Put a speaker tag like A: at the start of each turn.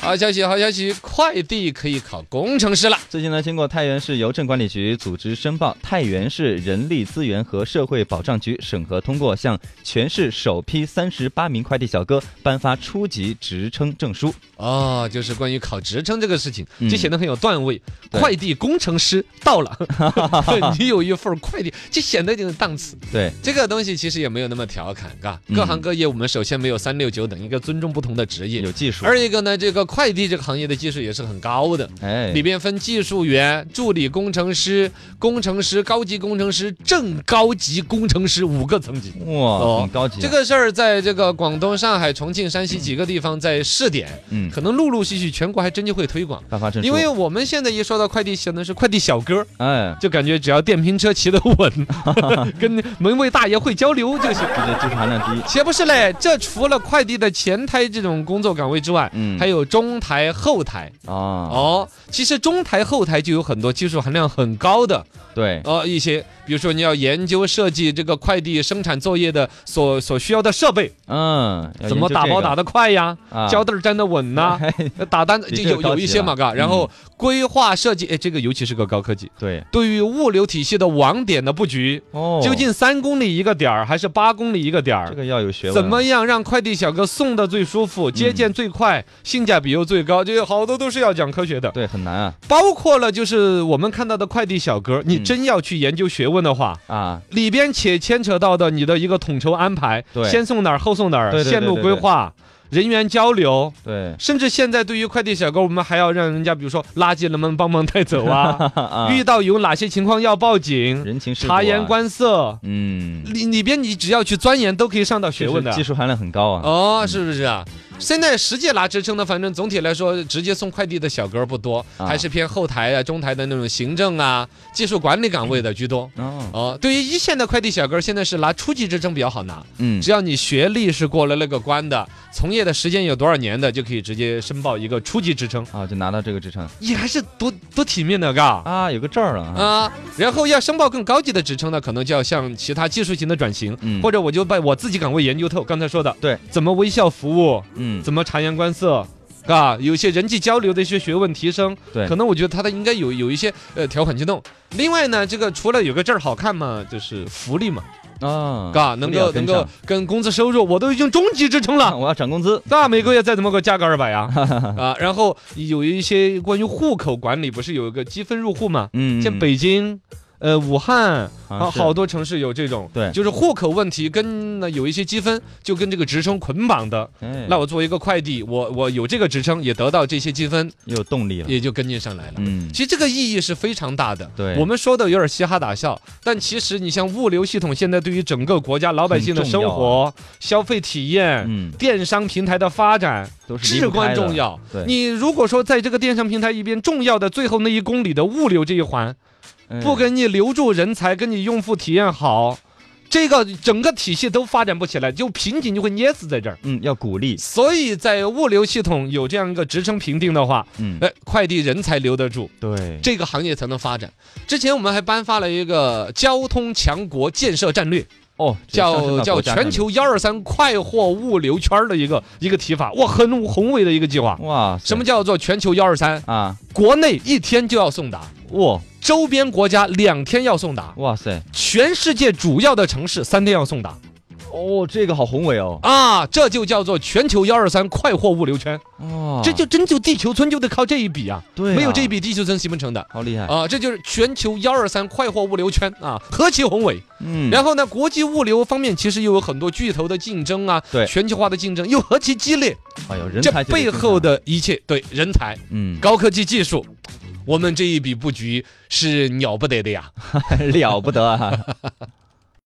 A: 好消息，好消息！快递可以考工程师了。
B: 最近呢，经过太原市邮政管理局组织申报，太原市人力资源和社会保障局审核通过，向全市首批三十八名快递小哥颁发初级职称证书。
A: 哦，就是关于考职称这个事情，
B: 嗯
A: 就显得很有段位。
B: 对
A: 快递工程师到 了，你有一份快递，就显得有点档次。
B: 对，
A: 这个东西其实也没有那么调侃，嘎。
B: 嗯
A: 各行各业，我们首先没有三六九等，一个尊重不同的职业
B: 有。技术。
A: 二一个呢，这个快递这个行业的技术也是很高的，
B: 哎
A: 里，边分技术员、助理工程师、工程师、高级工程师、正高级工程师五个层级。
B: 哇，很高级啊。
A: 哦这个事儿在这个广东、上海、重庆、山西几个地方在试点，
B: 嗯，
A: 可能陆陆续续全国还真就会推广。
B: 颁发证书。
A: 因为我们现在一说到快递，想的是快递小哥，
B: 哎，
A: 就感觉只要电瓶车骑得稳， 跟门卫大爷会交流就行。
B: 这个知识含量低。
A: 且不是嘞，这除了快递的前台这种工作岗位之外，
B: 嗯，
A: 还有中台、后台
B: 啊，
A: 哦。其实中台、后台就有很多技术含量很高的
B: 对，
A: 哦，一些比如说你要研究设计这个快递生产作业的所所需要的设备，
B: 嗯，
A: 怎么打包打得快呀，胶
B: 交
A: 带儿粘得稳 呐，呃打单
B: 啊哎的
A: 就
B: 确
A: 有
B: 高
A: 有
B: 级
A: 一些嘛，
B: 了
A: 嘎。然
B: 嗯
A: 后规划设计，哎，这个尤其是个高科技。
B: 对
A: 对于物流体系的网点的布局，
B: 哦，
A: 究竟三公里一个点儿还是八公里一个点
B: 这
A: 儿？
B: 个要有学问啊。嗯
A: 怎么样让快递小哥送的最舒服，接见最快，性价比又最高？这些好多都是要讲科学的，
B: 对很难啊
A: 包括了就是我们看到的快递小哥，你
B: 嗯
A: 真要去研究学问的话。
B: 啊？
A: 里边且牵扯到的你的一个统筹安排，
B: 对
A: 先送哪儿后送哪儿，
B: 对对对
A: 线路
B: 对
A: 规
B: 对
A: 划、人员交流，
B: 对？
A: 甚至现在对于快递小哥，我们还要让人家比如说垃圾能不能帮忙带走啊
B: 啊，
A: 遇到有哪些情况要报警、
B: 人情世故啊
A: 察言，观色，
B: 嗯，
A: 里里边你只要去钻研，都可以上到学问的
B: 技。术含量很高啊。
A: 哦，是不是啊？现在实际拿职称的，反正总体来说，直接送快递的小哥不多，
B: 啊
A: 还是偏后台啊、中台的那种行政啊、技术管理岗位的居多。
B: 哦，
A: 哦，对于一线的快递小哥，现在是拿初级职称比较好拿，
B: 嗯，
A: 只要你学历是过了那个关的，从业的时间有多少年的，就可以直接申报一个初级职称。
B: 啊，就拿到这个职称
A: 也还是多多体面的，嘎。
B: 啊，有个证儿了啊。
A: 啊，然后要申报更高级的职称呢，可能就要向其他技术型的转型，
B: 嗯
A: 或者我就把我自己岗位研究透。刚才说的，
B: 对，
A: 怎么微笑服务，
B: 嗯，
A: 怎么察言观色，啊，有一些人际交流的一些学问提升，
B: 对
A: 可能我觉得他的应该有有一些呃条款驱动。另外呢，这个除了有个证儿好看嘛，就是福利嘛，
B: 啊，
A: 嘎，能
B: 要
A: 够能
B: 跟
A: 够
B: 上
A: 跟工资收入，我都已经中级职称
B: 啊
A: 了。
B: 我要涨工资。
A: 那每个月再怎么给我加个二百 呀？啊，然后有一些关于户口管理，不是有一个积分入户嘛？
B: 嗯，
A: 像北京、呃武汉，
B: 啊
A: 好
B: 是
A: 好多城市有这种，
B: 对
A: 就是户口问题跟呃那有一些积分就跟这个职称捆绑的。
B: 哎
A: 那我作为一个快递，我我有这个职称，也得到这些积分，
B: 又有动力了。
A: 也就跟进上来了。
B: 嗯，
A: 其实这个意义是非常大的。
B: 对
A: 我们说的有点嘻哈打笑，但其实你像物流系统现在对于整个国家老百姓的
B: 很
A: 生
B: 重要啊
A: 活、消费体验、
B: 嗯，
A: 电商平台的发展
B: 都是离
A: 至
B: 不开
A: 关
B: 的
A: 重。要。
B: 对
A: 你如果说在这个电商平台一边重要的最后那一公里的物流这一环，
B: 哎
A: 不给你留住人才，跟你用户体验好，这个整个体系都发展不起来，就瓶颈就会捏死在这儿。
B: 嗯，要鼓励。
A: 所以在物流系统有这样一个职称评定的话，
B: 嗯，
A: 哎，快递人才留得住，
B: 对，
A: 这个行业才能发展。之前我们还颁发了一个交通强国建设战略，
B: 哦，直接上升
A: 叫
B: 到
A: 叫
B: 国家上
A: 全
B: 面
A: 球幺二三快货物流圈儿的一个一个提法，哇，很宏伟的一个计划。
B: 哇塞，
A: 什么叫做全球幺二三？
B: 啊？
A: 国内一天就要送达，
B: 哇
A: 周边国家两天要送达，
B: 哇塞，
A: 全世界主要的城市三天要送达
B: 哦，这个好宏伟哦。
A: 啊，这就叫做全球幺二三快货物流圈，
B: 哇，
A: 这就真就地球村就得靠这一笔啊，
B: 哦啊对啊，
A: 没有这一笔地球村行不成的。
B: 好厉害。
A: 啊，这就是全球幺二三快货物流圈啊，何其宏伟！
B: 嗯，
A: 然后呢，国际物流方面其实又有很多巨头的竞争啊，
B: 对
A: 全球化的竞争又何其激烈！
B: 哎呦，人
A: 这
B: 才就得
A: 背
B: 跟
A: 后
B: 上，
A: 的一切，对人才、
B: 嗯，
A: 高科技技术，我们这一笔布局是了不得的呀。
B: 了不得啊！